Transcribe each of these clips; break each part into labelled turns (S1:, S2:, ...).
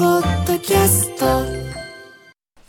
S1: キャスト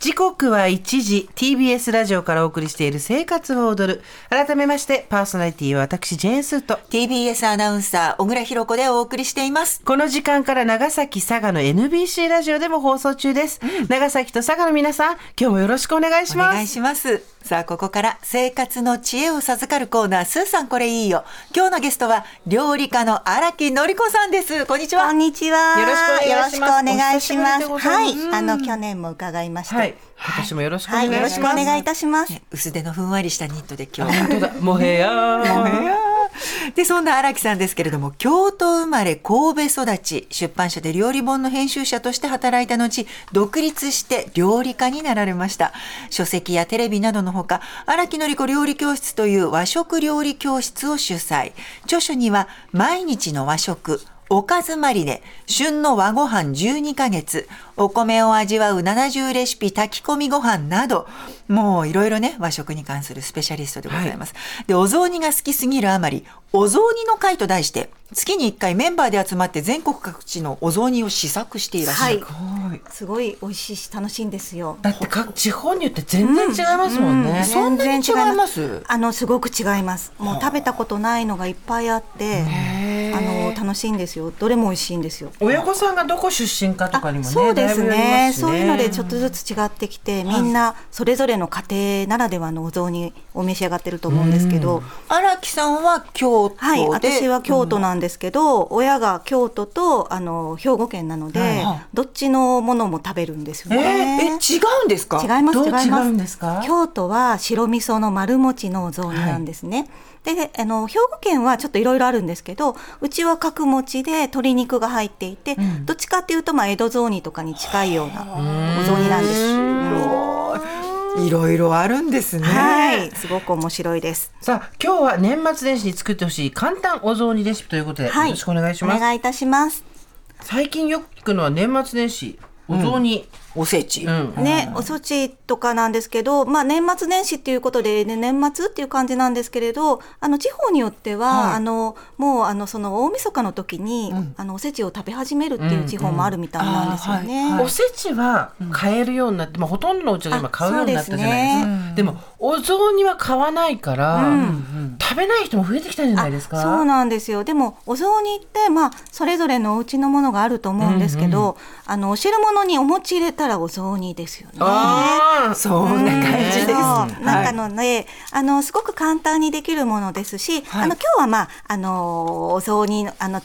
S2: 時刻は1時 TBS ラジオからお送りしている「生活は踊る」改めましてパーソナリティは私ジェーン・スーと
S3: TBS アナウンサー、小倉弘子でお送りしています。
S2: この時間から長崎佐賀の NBC ラジオでも放送中です、長崎と佐賀の皆さん今日もよろしくお願いし
S3: お
S2: ます
S3: 願いします。さあ、ここから生活の知恵を授かるコーナー、スーさんこれいいよ。今日のゲストは、料理家の荒木のり子さんです。こんにち
S4: こ
S3: は
S4: ん。にちは。
S2: よろしくお願いします
S4: よろしくお願いしま。
S2: お久しぶりですござ
S4: はいい
S2: ます、
S4: あの去年も伺いまして、
S2: は
S4: はいい、
S2: 今年もよろしくお願いし
S4: よ
S2: ま
S4: ろ
S2: す、
S4: しくお願いいたします。
S3: 薄手のふんわりしたニットで今日。
S2: 本当だもへやー
S3: で、そんな荒木さんですけれども、京都生まれ、神戸育ち、出版社で料理本の編集者として働いた後、独立して料理家になられました。書籍やテレビなどのほか、荒木のり子料理教室という和食料理教室を主催。著書には、毎日の和食、おかずマリネ、旬の和ご飯12ヶ月、お米を味わう70レシピ炊き込みご飯など、もういろいろね、和食に関するスペシャリストでございます。で、お雑煮が好きすぎるあまり、お雑煮の会と題して、月に1回メンバーで集まって全国各地のお雑煮を試作していらっしゃる。
S4: はい、すごい美味しいし楽しいんですよ。
S2: だって各地方によって全然違いますもんね、
S4: 全然
S3: そんなに違います
S4: あのすごく違います。もう食べたことないのがいっぱいあって、あの楽しいんですよ。どれも美味しいんですよ。
S2: 親御さんがどこ出身かとかにもね
S4: そうです
S2: だいぶより
S4: ね
S2: ますし
S4: そういうのでちょっとずつ違ってきて、みんなそれぞれの家庭ならではのお雑煮を召し上がってると思うんですけど、
S3: 荒木さんは京都で。
S4: はい、私は京都なんですけど、親が京都とあの兵庫県なので、
S2: は
S4: どっちのものも食べるんですよ
S3: え、
S4: ね。
S3: 違うんですか
S4: 違います
S2: どう
S4: 違います
S2: 違うんですか
S4: 京都は白味噌の丸餅のお雑煮なんですね。であの兵庫県はちょっといろいろあるんですけどうちは角餅で鶏肉が入っていて、どっちかっていうとまあ江戸雑煮とかに近いようなお雑煮なんです。うん
S3: いろいろあるんですね。
S4: はい、すごく面白いです。
S2: さあ今日は年末年始に作ってほしい簡単お雑煮レシピということで、
S4: はい、
S2: よろしくお願いしま
S4: お
S2: す
S4: 願いいたします。
S2: 最近よく聞くのは年末年始お雑煮、
S3: おせち。
S2: うん
S4: ね、お措置とかなんですけど、まあ、年末年始っていうことで、ね、年末っていう感じなんですけれどあの地方によっては、あのもうあのその大晦日の時に、あのおせちを食べ始めるっていう地方もあるみたいなんですよね。
S2: おせちは買えるようになって、まあ、ほとんどのうちが今買うようになったじゃないですかでもお雑煮は買わないから、食べない人も増えてきたんじゃないですか
S4: そうなんですよでもお雑煮って、まあ、それぞれのお家のものがあると思うんですけど、あのお汁物にお餅入れたらお雑煮ですよね。
S2: あー
S3: そんな感じです。
S4: そうなんかのね、あのすごく簡単にできるものですし、あの今日はまああのお雑煮のあの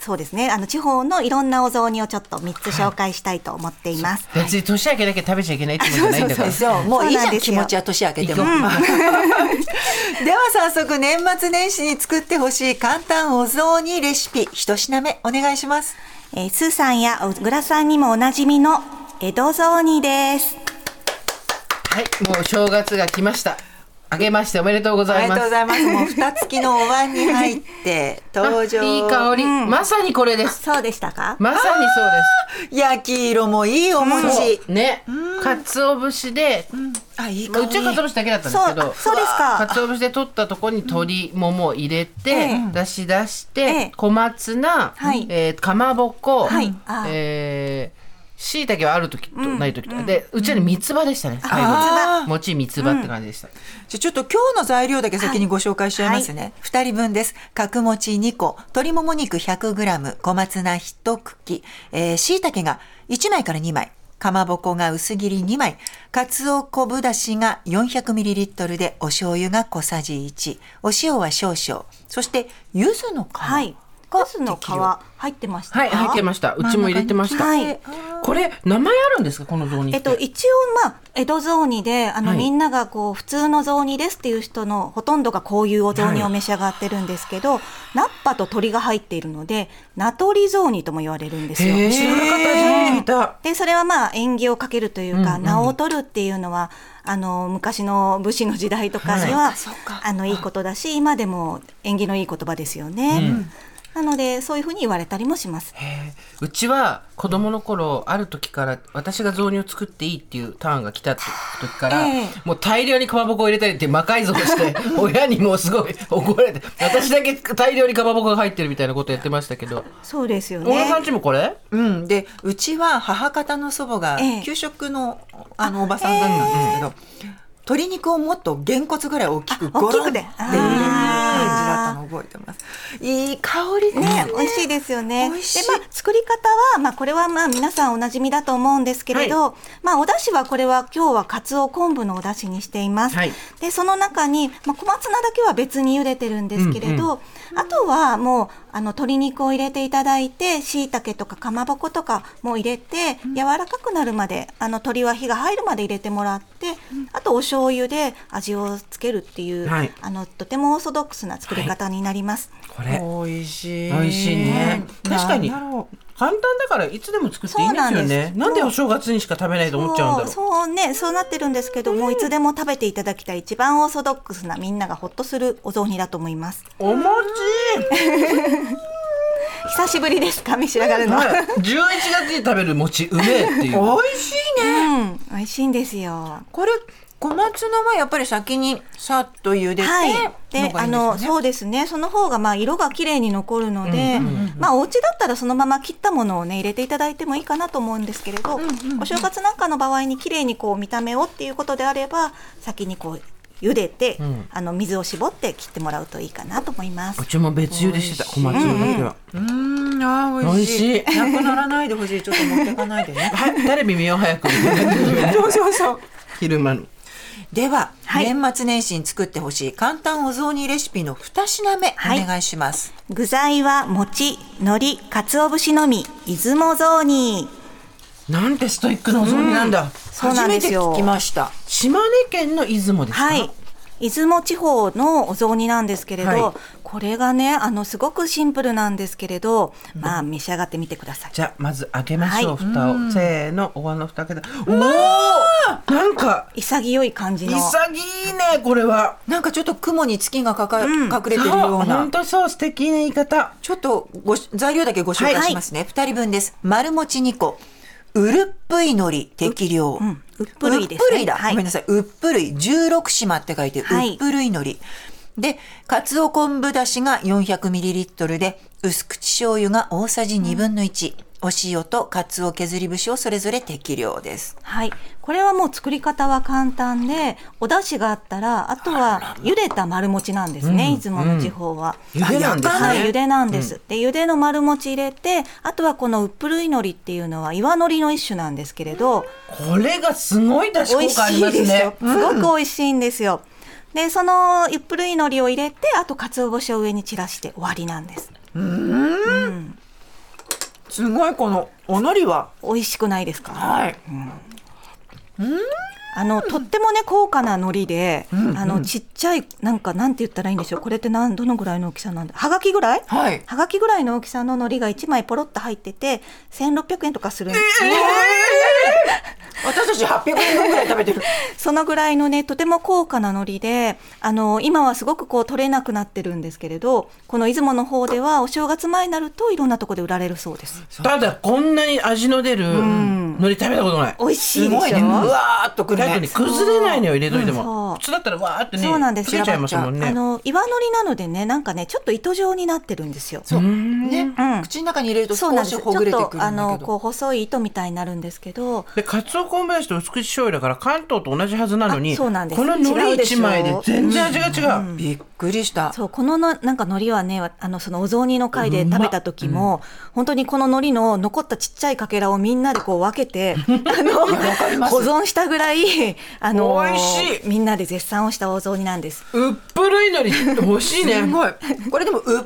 S4: そうですね、あの地方のいろんなお雑煮をちょっと三つ紹介したいと思っています。
S2: 別に年明けだけ食べちゃいけないってことじゃないんだから
S3: そうもういいじ
S4: そ
S3: ゃ
S4: うなん
S3: ん
S4: です
S3: 気
S4: よ
S3: 持ちは年明けても、
S2: 行
S3: では早速年末年始に作ってほしい簡単お雑煮レシピ一品目お願いします
S4: えー、スーさんや小倉さんにもおなじみの江戸雑煮です。
S2: はいもう正月が来ましたあげましておめでとうご
S3: あ
S2: ざ
S3: り
S2: い
S3: が
S2: ま
S3: とうご
S2: す
S3: ざいますもう蓋付きのお椀に入って登 場
S2: あいい香り、まさにこれです
S4: そうでしたか？
S2: まさにそうです
S3: 焼き色もいいお餅、
S2: ね、鰹節で、
S3: あいい
S2: まあ
S3: 香
S2: うちは鰹節だけだったんです
S4: そ
S2: け
S4: う
S2: ど、
S4: そうですか。
S2: 鰹節で取ったとこに鶏ももを入れて、出し出して、
S4: ええ
S2: 小松菜、
S4: はい
S2: えーかまぼこ、
S4: はいあー
S2: えー、しいたけはある時とない時とかで、うちはね三つ葉でしたね。最後
S3: 三つ葉
S2: もち三つ葉って感じでした。
S3: じゃあちょっと今日の材料だけ先にご紹介しちゃいますね。二、人分です。角餅2個、鶏もも肉 100g、小松菜1茎、えー、椎茸が1枚から2枚、かまぼこが薄切り2枚、かつお昆布だしが 400ml でお醤油が小さじ1、お塩は少々、そして柚子の皮。
S4: はい。ガスの皮
S3: 適量
S4: 入ってましたか？
S2: はい、入ってました。うちも入れてました。
S4: はい。
S2: これ名前あるんですかこの雑煮って。
S4: えっと、一応まあ江戸雑煮であの、
S2: はい
S4: みんながこう普通の雑煮ですっていう人のほとんどがこういうお雑煮を召し上がってるんですけど、菜っぱと鶏が入っているので名取雑煮とも言われるんですよ。
S2: へー知らなかった初めて聞いた。
S4: でそれはまあ縁起をかけるというか、名を取るっていうのはあの昔の武士の時代とかには、
S3: そうかそうか
S4: あのいいことだし今でも縁起のいい言葉ですよね。なのでそういうふうに言われたりもします
S2: へえうちは子供の頃ある時から私が雑煮を作っていいっていうターンが来た時から、
S4: ええ
S2: もう大量にかまぼこを入れたりって魔改造して親にもうすごい怒られて私だけ大量にかまぼこが入ってるみたいなことやってましたけど
S4: そうですよ
S2: 小野さん
S4: ね
S2: ちもこれ
S3: うん、でうちは母方の祖母が
S4: ええ
S3: 給食の,、あのおばさんだったんですけど、鶏肉をもっとげんこつぐらい大きく
S4: あ
S3: ゴ
S4: 大
S3: ロ
S4: き
S3: ンって入れ
S4: くね
S3: る感じだったのを覚えてますいい香りですね
S4: ね、美味しいですよね。
S3: 美味しい
S4: で、まあ、作り方は、まあ、これは、まあ、皆さんおなじみだと思うんですけれど。まあ、お出汁は、これは、今日は鰹昆布のお出汁にしています。
S2: はい
S4: で、その中に、まあ、小松菜だけは別に茹でてるんですけれど。あとは、もう、あの、鶏肉を入れていただいて、椎茸とかかまぼことかも入れて。柔らかくなるまで、あの、鶏は火が入るまで入れてもらって。あと、お醤油で味をつけるっていう、
S2: はい
S4: あの、とてもオーソドックスな作り方になります。
S2: これ
S3: 美味しい
S2: 美味しいね確かに
S3: なんだろう
S2: 簡単だからいつでも作っていいんです
S4: そ
S2: よ
S4: うなんで
S2: ね
S4: す
S2: なんでお正月にしか食べないと思っちゃうんだろう
S4: そうそうねそうなってるんですけども、いつでも食べていただきたい一番オーソドックスなみんながほっとするお雑煮だと思います
S2: お餅
S4: 久しぶりですか召し上がるの、
S2: はい11月に食べる餅うめえっていう
S3: 美味しいね
S4: うん美味しいんですよ
S3: これ小松菜はやっぱり先にさっと茹でて、
S4: はい、で、あの、
S3: う
S4: そうですね、その方が、まあ、色が綺麗に残るので。まあ、お家だったら、そのまま切ったものをね、入れていただいてもいいかなと思うんですけれど。お正月なんかの場合に、綺麗にこう見た目をっていうことであれば、先にこう。茹でて、
S2: ん
S4: あの水を絞って切ってもらうといいかなと思います
S2: う。ちも別茹でしてた小松菜だけは
S3: ーんあー美味しい
S2: 美味しい
S3: なくならないでほしいちょっと持ってかないでね
S2: はいテレビ見よう早く
S3: そうそうそう
S2: 昼間の
S3: では、
S4: はい
S3: 年末年始に作ってほしい簡単お雑煮レシピの2品目、
S4: はい
S3: お願いします
S4: 具材は餅、海苔、鰹節のみ、出雲雑煮。
S2: なんてストイックなお雑煮なんだ、
S4: そうなんです
S3: 初
S4: よ
S3: めて聞きました
S2: 島根県の出雲ですか
S4: はい。出雲地方のお雑煮なんですけれど、
S2: はい
S4: これがね、あの、すごくシンプルなんですけれど、まあ、召し上がってみてください。
S2: じゃあまず開けましょう、
S4: はい
S2: 蓋をせーのお椀の蓋開けたおおなんか
S4: 潔い感じの。
S2: 潔いねこれは
S3: なんかちょっと雲に月がかか、隠れてるよ
S2: そうう
S3: な
S2: 本当にそう素敵な言い方
S3: ちょっとごし材料だけご紹介しますね、二人分です丸餅2個うるっぷいのり適量う,、
S4: んうっぷるいで
S3: う
S4: すね
S3: っぷるいだ、
S4: はい
S3: ごめんなさいうっぷるい16島って書いて、
S4: はいう
S3: っぷるいのりでかつお昆布だしが 400ml で薄口醤油が大さじ1分の1、お塩とかつお削り節をそれぞれ適量です
S4: はい。これはもう作り方は簡単で、お出汁があったら、あとは茹でた丸餅なんですね、出雲の地方は。
S2: 茹でなんですね
S4: あはい、茹でなんです。で、茹での丸餅入れて、あとはこのうっぷるいのりっていうのは岩のりの一種なんですけれど、
S2: これがすごい出し
S4: 美
S2: 効
S4: 味
S2: 果あ
S4: し
S2: り
S4: い
S2: ます
S4: です
S2: ね
S4: よ。すごく美味しいんですよ。で、そのゆっぷるいのりを入れて、あと鰹節を上に散らして終わりなんです。
S3: すごいこのおのりは
S4: 美味しくないですか。
S3: はい
S4: あの、とってもね、高価な海苔で、あの、ちっちゃい、なんか、なんて言ったらいいんでしょう。これってなん、どのぐらいの大きさなんだ。はがきぐらい。
S3: はい
S4: はがきぐらいの大きさの海苔が一枚ポロっと入ってて、1600円とかするんです。
S3: 私たち800円ぐらい食べてる
S4: そのぐらいのね、とても高価な海苔で、あの、今はすごくこう取れなくなってるんですけれど、この出雲の方ではお正月前になるといろんなとこで売られるそうです。
S2: ただこんなに味の出る海苔食べたことない
S4: 美味し
S3: す
S4: いで
S3: ご
S4: し
S3: いねう
S4: ょ
S3: わーっとくる
S2: だけど
S3: ね
S2: ね崩れないのよ入れといて
S4: うんそう
S2: も普通だったらわーってね
S4: そうなんです
S2: 崩れちゃいますもん
S4: あ
S2: ね
S4: の、岩海苔なのでね、なんかね、ちょっと糸状になってるんですよ。
S3: そうね、
S4: うん
S3: 口の中に入れると
S4: そうな
S3: 少
S4: んです
S3: し
S4: よ。
S3: ほぐれ
S4: ち
S3: てく
S4: ょ
S3: る
S4: っ
S3: ん
S4: と、あの、
S3: だけ
S4: こ
S3: ど
S4: う、細い糸みたいになるんですけど、
S2: でかつお昆布だしと薄口醤油だから関東と同じはずなのに
S4: あそうなんです
S2: この海
S4: 違う
S2: 苔
S4: でしょ
S2: 一枚で全然味が違う、
S3: びっくりした
S4: そうこののなんか海苔はねわあのそのお雑煮の会で食べた時も、本当にこの海苔の残ったちっちゃいかけらをみんなでこう分 けてあの保存したぐらいあの
S2: 美味し
S4: みんなで絶賛をしたお雑煮なんです。
S2: うっぷるいのり欲しいね
S3: すごいこれでもうっぷるい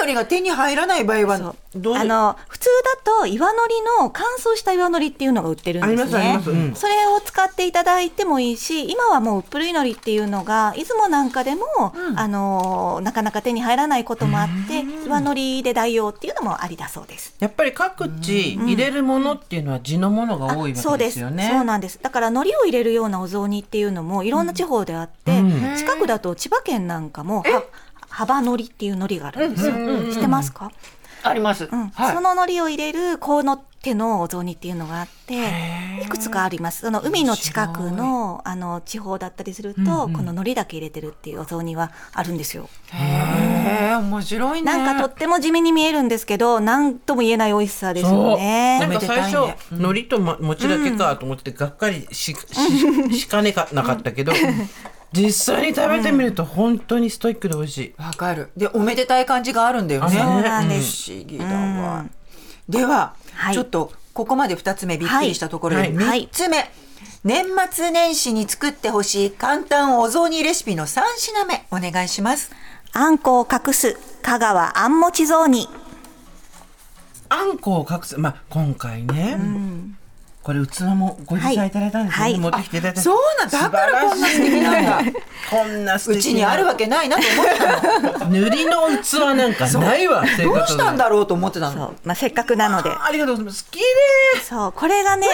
S3: のりが手に入らない場合
S4: そ
S3: は
S4: う
S3: どう
S4: あの普通だと岩海苔の乾燥した岩海苔っていうのが売ってるんです
S2: あり
S4: ね
S2: ますありますうん
S4: それを使っていただいてもいいし今はもううっぷるい海苔っていうのが出雲なんかでも、あのなかなか手に入らないこともあって岩海苔で代用っていうのもありだそうです。
S2: やっぱり各地入れるものっていうのは地のものが多いわ
S4: そう
S2: け
S4: で
S2: ですすよね。
S4: そうなんです。だから海苔を入れるようなお雑煮っていうのもいろんな地方であって、
S2: うん
S4: 近くだと千葉県なんかもは幅のりっていうのりがあるんですよ。
S2: うんうんうんうん
S4: 知ってますか？
S2: あります。
S4: うん
S2: はい
S4: その海苔を入れるこの手のお雑煮っていうのがあっていくつかありますその海の近くのあの地方だったりすると、この海苔だけ入れてるっていうお雑煮はあるんですよ。
S3: へえ面白いね
S4: なんかとっても地味に見えるんですけど何とも言えない美味しさですよ
S2: なん
S4: ね。
S2: か最
S3: おめ
S2: 初海苔とま餅だけかと思ってがっかりし,、ししかねかなかったけど、実際に食べてみると本当にストイックで美味しい。
S3: わかるでおめでたい感じがあるんだよね
S2: そう
S4: なんです
S3: 不思議だわ、では、
S4: はい
S3: ちょっとここまで2つ目びっくりしたところで、
S2: はい
S4: はい
S3: 3つ目、年末年始に作ってほしい簡単お雑煮レシピの3品目お願いします
S4: あんこを隠す香川あんもち雑煮。
S2: あんこを隠す、まあ、今回ね、これ器もご持
S4: は
S2: 参
S4: い
S2: いただいたんですよね、
S4: はい
S2: 持ってきていただいた
S3: あそうなんだからこんな素敵なん
S2: 素晴
S3: だ
S2: らしいこんな素
S3: う
S2: 敵
S3: ちにあるわけないなと思 ってたの
S2: 塗りの器なんかないわとい
S3: ど
S2: こ
S3: う
S2: とで
S3: したんだろうと思ってた
S4: そ
S3: の
S4: う、まあ、せっかくなので。
S2: ありがとうございます綺麗
S4: そう、これがね、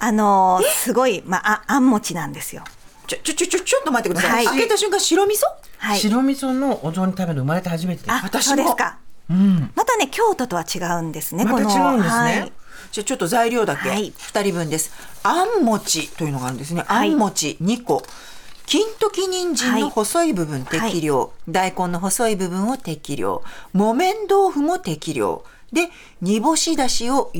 S4: あのーすごい、まあ、ああん餅なんですよ。
S3: ちょちょちょちょちょっと待ってください、
S4: はい
S3: 開けた瞬間白味噌
S4: はい。
S2: 白味噌のお雑煮食べるの生まれて初めてです
S4: あ、
S3: 私
S4: そ
S3: も
S4: うですか。
S2: うん
S4: またね、京都とは違うんですね。
S2: また
S4: この
S2: 違うんですね
S4: はい
S3: じゃあちょっと材料だけ、
S4: は
S3: 二
S4: い
S3: 2人分ですあん餅というのがあるんですね、
S4: はい
S3: あん餅2個金時人参の細い部分適量、大根の細い部分を適量木綿豆腐も適量で煮干しだしを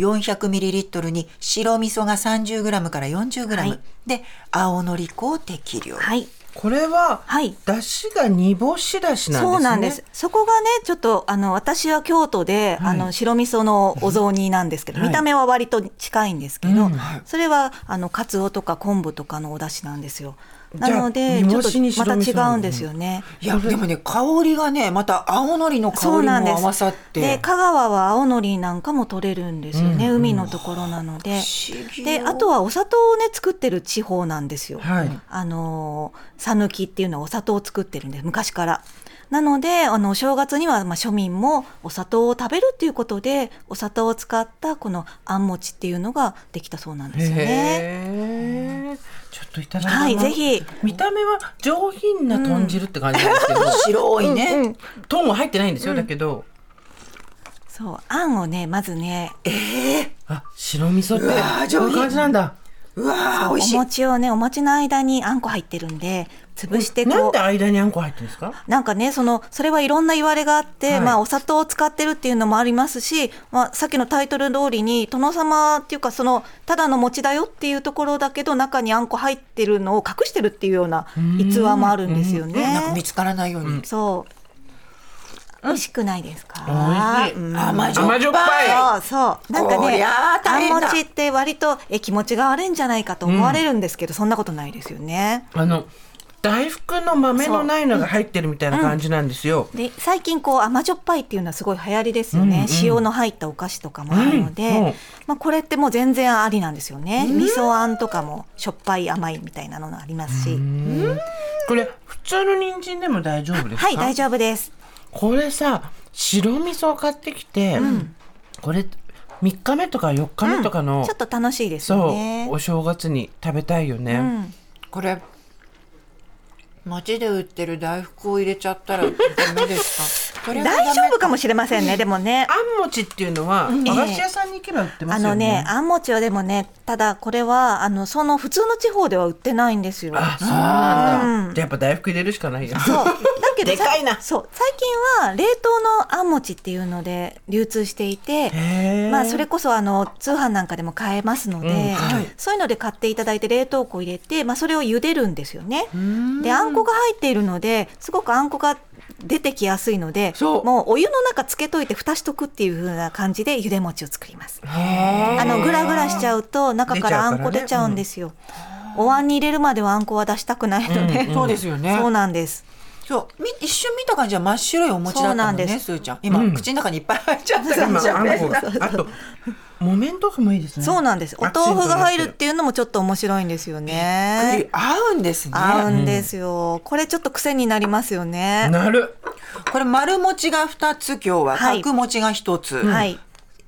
S3: 400ml に白味噌が 30g から 40g、
S4: はい
S3: で青のり粉を適量、
S4: はい。
S2: これは、
S4: はい
S2: だしが煮干しだしなんですね
S4: そうなんです。そこがね、ちょっと、あの、私は京都で、あの、白味噌のお雑煮なんですけど、
S2: はい
S4: 見た目は割と近いんですけど、
S2: うん
S4: それは、あの、カツオとか昆布とかのお出汁なんですよ。な
S2: ゃあ
S4: ので、
S2: 煮
S4: ちょ
S2: 干
S4: っと
S2: しに、
S4: ま
S2: 白
S4: た
S2: 味噌
S4: 違うんですよね。
S3: いやでもね香りがねまた青のりの
S4: そ
S3: 香
S4: う
S3: りも
S4: なんです
S3: 合わさって
S4: で香川は青のりなんかも取れるんですよね、海のところなので
S3: 不思議
S4: で
S3: よ
S4: あとはお砂糖をね作ってる地方なんですよ、
S2: はい
S4: あのー讃岐っていうのはお砂糖を作ってるんです昔からなのであのお正月には、まあ、庶民もお砂糖を食べるっていうことでお砂糖を使ったこのあん餅っていうのができたそうなんですよね
S2: へえちょっといただきます
S4: はいぜひ
S2: 見た目は上品な豚汁って感じなんですけど、
S3: 白いね、
S2: 豚は入ってないんですよ、だけど
S4: そうあんをねまずね
S2: あ白味噌って
S3: うわー上品
S2: こういう感じなんだ
S3: うわー
S4: お
S3: 美味しい
S4: 餅をねお餅の間にあんこ入ってるんで潰してこう
S2: なんで間にあんこ入ってるんですか
S4: なんかねそのそれはいろんな言われがあって、
S2: はい
S4: まあ、お砂糖を使ってるっていうのもありますし、まあ、さっきのタイトル通りに殿様っていうかそのただの餅だよっていうところだけど中にあんこ入ってるのを隠してるっていうような逸話もあるんですよ
S3: なんか
S4: ね
S3: 見。つからないように、
S4: そう美味しくないですか、
S2: 美味しい
S4: うん
S3: 甘じょっぱ
S2: 甘
S3: い
S2: じょっぱい
S4: そうそうなんか
S3: こり
S4: ね
S3: ゃあ
S4: あ
S3: 大
S4: ん
S3: 変だ
S4: 餅って割とえ気持ちが悪いんじゃないかと思われるんですけど、そんなことないですよね。
S2: あの大福の豆のないのが入ってるみたいな感じなんですよ、
S4: で最近こう甘じょっぱいっていうのはすごい流行りですよね、塩の入ったお菓子とかもあるので、
S2: うんうん
S4: まあ、これってもう全然ありなんですよね、味噌あんとかもしょっぱい甘いみたいなのがありますし、
S2: これ普通の人参でも大丈夫ですか
S4: はい大丈夫です
S2: これさ白味噌を買ってきて、これ3日目とか4日目とかの、
S4: ちょっと楽しいですよ
S2: そう、
S4: ね
S2: お正月に食べたいよね、
S4: ん
S3: これ街で売ってる大福を入れちゃったらダメですか
S4: 大丈夫かもしれませんねでもね
S2: あん餅っていうのは、和菓子屋さんに行けば売ってま
S4: あ
S2: すよ
S4: の
S2: ね
S4: ね、あん餅はでもね、ただこれは、あの、その普通の地方では売ってないんですよ。
S2: あそうなんだ、じゃあやっぱ大福入れるしかないよ
S4: そう。だけどさ
S2: でかいな
S4: そう。最近は冷凍のあん餅っていうので流通していて、
S2: へー
S4: まあそれこそあの通販なんかでも買えますので、
S2: うんはい
S4: そういうので買っていただいて冷凍庫入れて、まあそれを茹でるんですよね。で、あんこが入っているので、すごくあんこが出てきやすいので、
S2: そう
S4: もうお湯の中つけといて蓋しとくっていう風な感じで茹で餅を作ります。
S2: へー
S4: あのグラグラしちゃうと中からあんこ出ちゃうんですよ。お椀に入れるまではあんこは出したくないので、
S3: そうですよね
S4: そうなんです。
S3: そうみ一瞬見た感じは真っ白いお餅だったもん
S4: そうなんで
S3: ね
S4: す
S3: すーちゃん今、
S2: うん
S3: 口の中にいっぱい入っちゃった
S2: 今
S3: か
S2: あ
S3: もしれない
S2: んこがあと木綿豆腐もいいですね
S4: そうなんです。お豆腐が入るってていうのもちょっと面白いんですよね。
S3: 合うんですね
S4: 合うんですよ。これちょっと癖になりますよね。
S2: なる
S3: これ丸餅が2つ今日は
S4: はい
S3: 角餅が1つ、
S4: はい。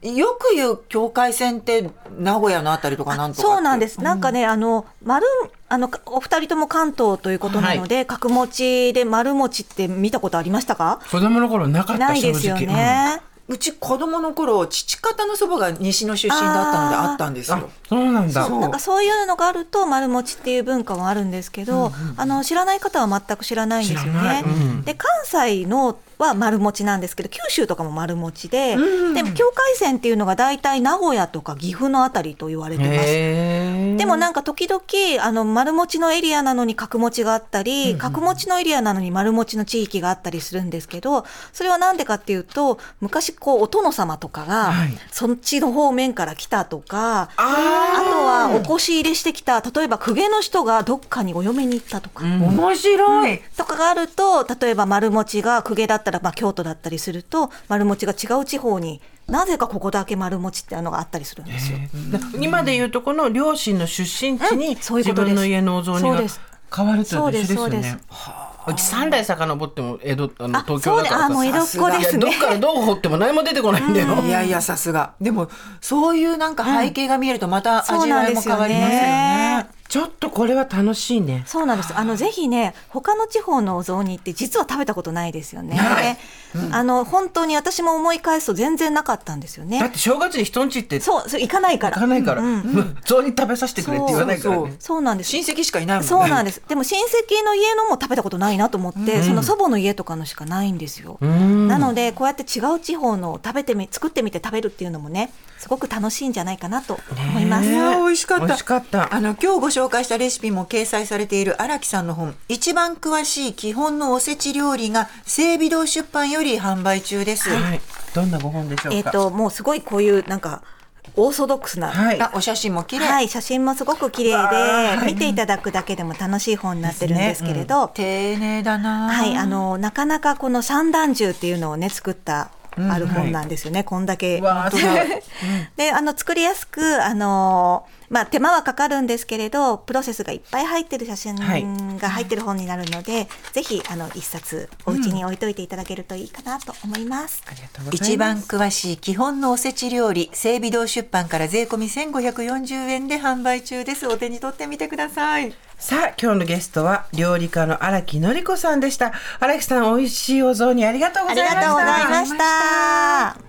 S3: よく言う境界線って名古屋のあたりとかなんとか
S4: そうなんです。なんかね、あの、丸、あの、かお二人とも関東ということなので、角餅で丸餅って見たことありましたか
S2: 子供の頃なかった
S4: ないですよね。
S3: うち子供の頃父方の祖母が西の出身だったので
S4: あー
S3: あったんです
S2: 正直うんあそうな
S3: よ。
S2: んだ
S3: そう
S4: なんかそういうのがあると丸餅っていう文化もあるんですけど、あの知らない方は全く知らないんですよ
S2: 知らない
S4: ね。
S2: うん
S4: で関西のは丸餅なんですけど九州とかも丸餅で、で境界線っていうのが大体名古屋とか岐阜のあたりと言われてます。
S2: へ
S4: でも
S2: な
S4: なんか時々あの丸餅のエリアなのに角餅があったり、角餅のエリアなのに丸餅の地域があったりするんですけどそれは何でかっていうと昔こうお殿様とかが、
S2: はい
S4: そっちの方面から来たとか
S2: あ
S4: あとはお
S2: こ
S4: 越し入れしてきた例えば公家の人がどっかにお嫁に行ったとか、
S3: 面白い。
S4: とかがあると例えば丸餅が公家だったら、まあ、京都だったりすると丸餅が違う地方になぜかここだけ丸餅っていうのがあったりするんですよ。
S2: 今でいうとこの両親の出身地に
S4: うんそういう
S2: 自
S4: ことで
S2: 分
S4: す
S2: の家のお雑煮
S4: そう
S2: が
S4: です
S2: 変わるということです
S4: そ
S2: よ
S4: うですそう
S2: ね
S4: で。
S2: はあうち三代遡っても江戸あの
S4: あ
S2: 東京
S4: そう
S2: だ
S4: で
S2: から
S4: あ
S2: さ
S4: もう江戸っ子で
S2: いや
S4: す
S2: どっ
S4: ね。
S2: からどう掘っても何も出てこないんだよ。
S3: いやいやさすが。でもそういうなんか背景が見えるとまた
S4: そう
S3: 味
S4: な
S3: わ
S4: ん
S3: い
S4: で
S3: も
S4: す
S3: 変
S4: よ
S3: わりますよね
S4: ね。。
S2: ちょっとこれは楽しいね。
S4: そうなんです。あの、ぜひね、他の地方のお雑煮って実は食べたことないですよね。あの、本当に私も思い返すと全然なかったんですよ
S2: だ
S4: ね
S2: っ。て正月に人んちって行
S4: そう、そう行かないから。
S2: かないから、
S4: うんうん
S2: 雑煮食べさせてくれって言わないから
S3: そう
S2: ね
S3: そ。
S4: そうなんです。
S3: 親戚しかいないもんね。
S4: そうなんです。でも親戚の家のも食べたことないなと思って、
S2: ん
S4: その祖母の家とかのしかないんですよ。
S2: うん
S4: なので、こうやって違う地方のを食べてみ、作ってみて食べるっていうのもね、すごく楽しいんじゃないかなと思います。
S3: ねえ美味しかった。
S2: 美味しかった
S3: あの今日ご紹介したレシピも掲載されている荒木さんの本、一番詳しい基本のおせち料理が整備堂出版より販売中です。
S2: はい。どんなご本でしょ
S4: え
S2: う
S4: っ、
S2: か。
S4: と、もうすごいこういう、なんか、オーソドックスな
S2: はい。
S3: あお写真も綺麗。
S4: はい、写真もすごく綺麗で、見ていただくだけでも楽しい本になってるんですけれど、
S3: 丁寧だな。
S4: はい、あ。の、なかなかこの三段銃っていうのをね、作った、ある本なんですよね、こんだけ。
S2: わあ、すごい。
S4: で、あの、作りやすく、あの、まあ、手間はかかるんですけれど、プロセスがいっぱい入ってる写
S2: はい
S4: 真が入ってる本になるので、ぜひ、あの、一冊、お家に置いといていただけるといいかなと思います。
S2: ありがとうございます。
S3: 一番詳しい基本のおせち料理、整備堂出版から税込み1540円で販売中です。お手に取ってみてください。
S2: さあ、今日のゲストは料理家の荒木のり子さんでした。荒木さん、美味しいお雑煮ありがとうご
S4: あ
S2: ざ
S4: り
S2: いま
S4: が
S2: した。
S4: とうございま
S3: し
S4: した。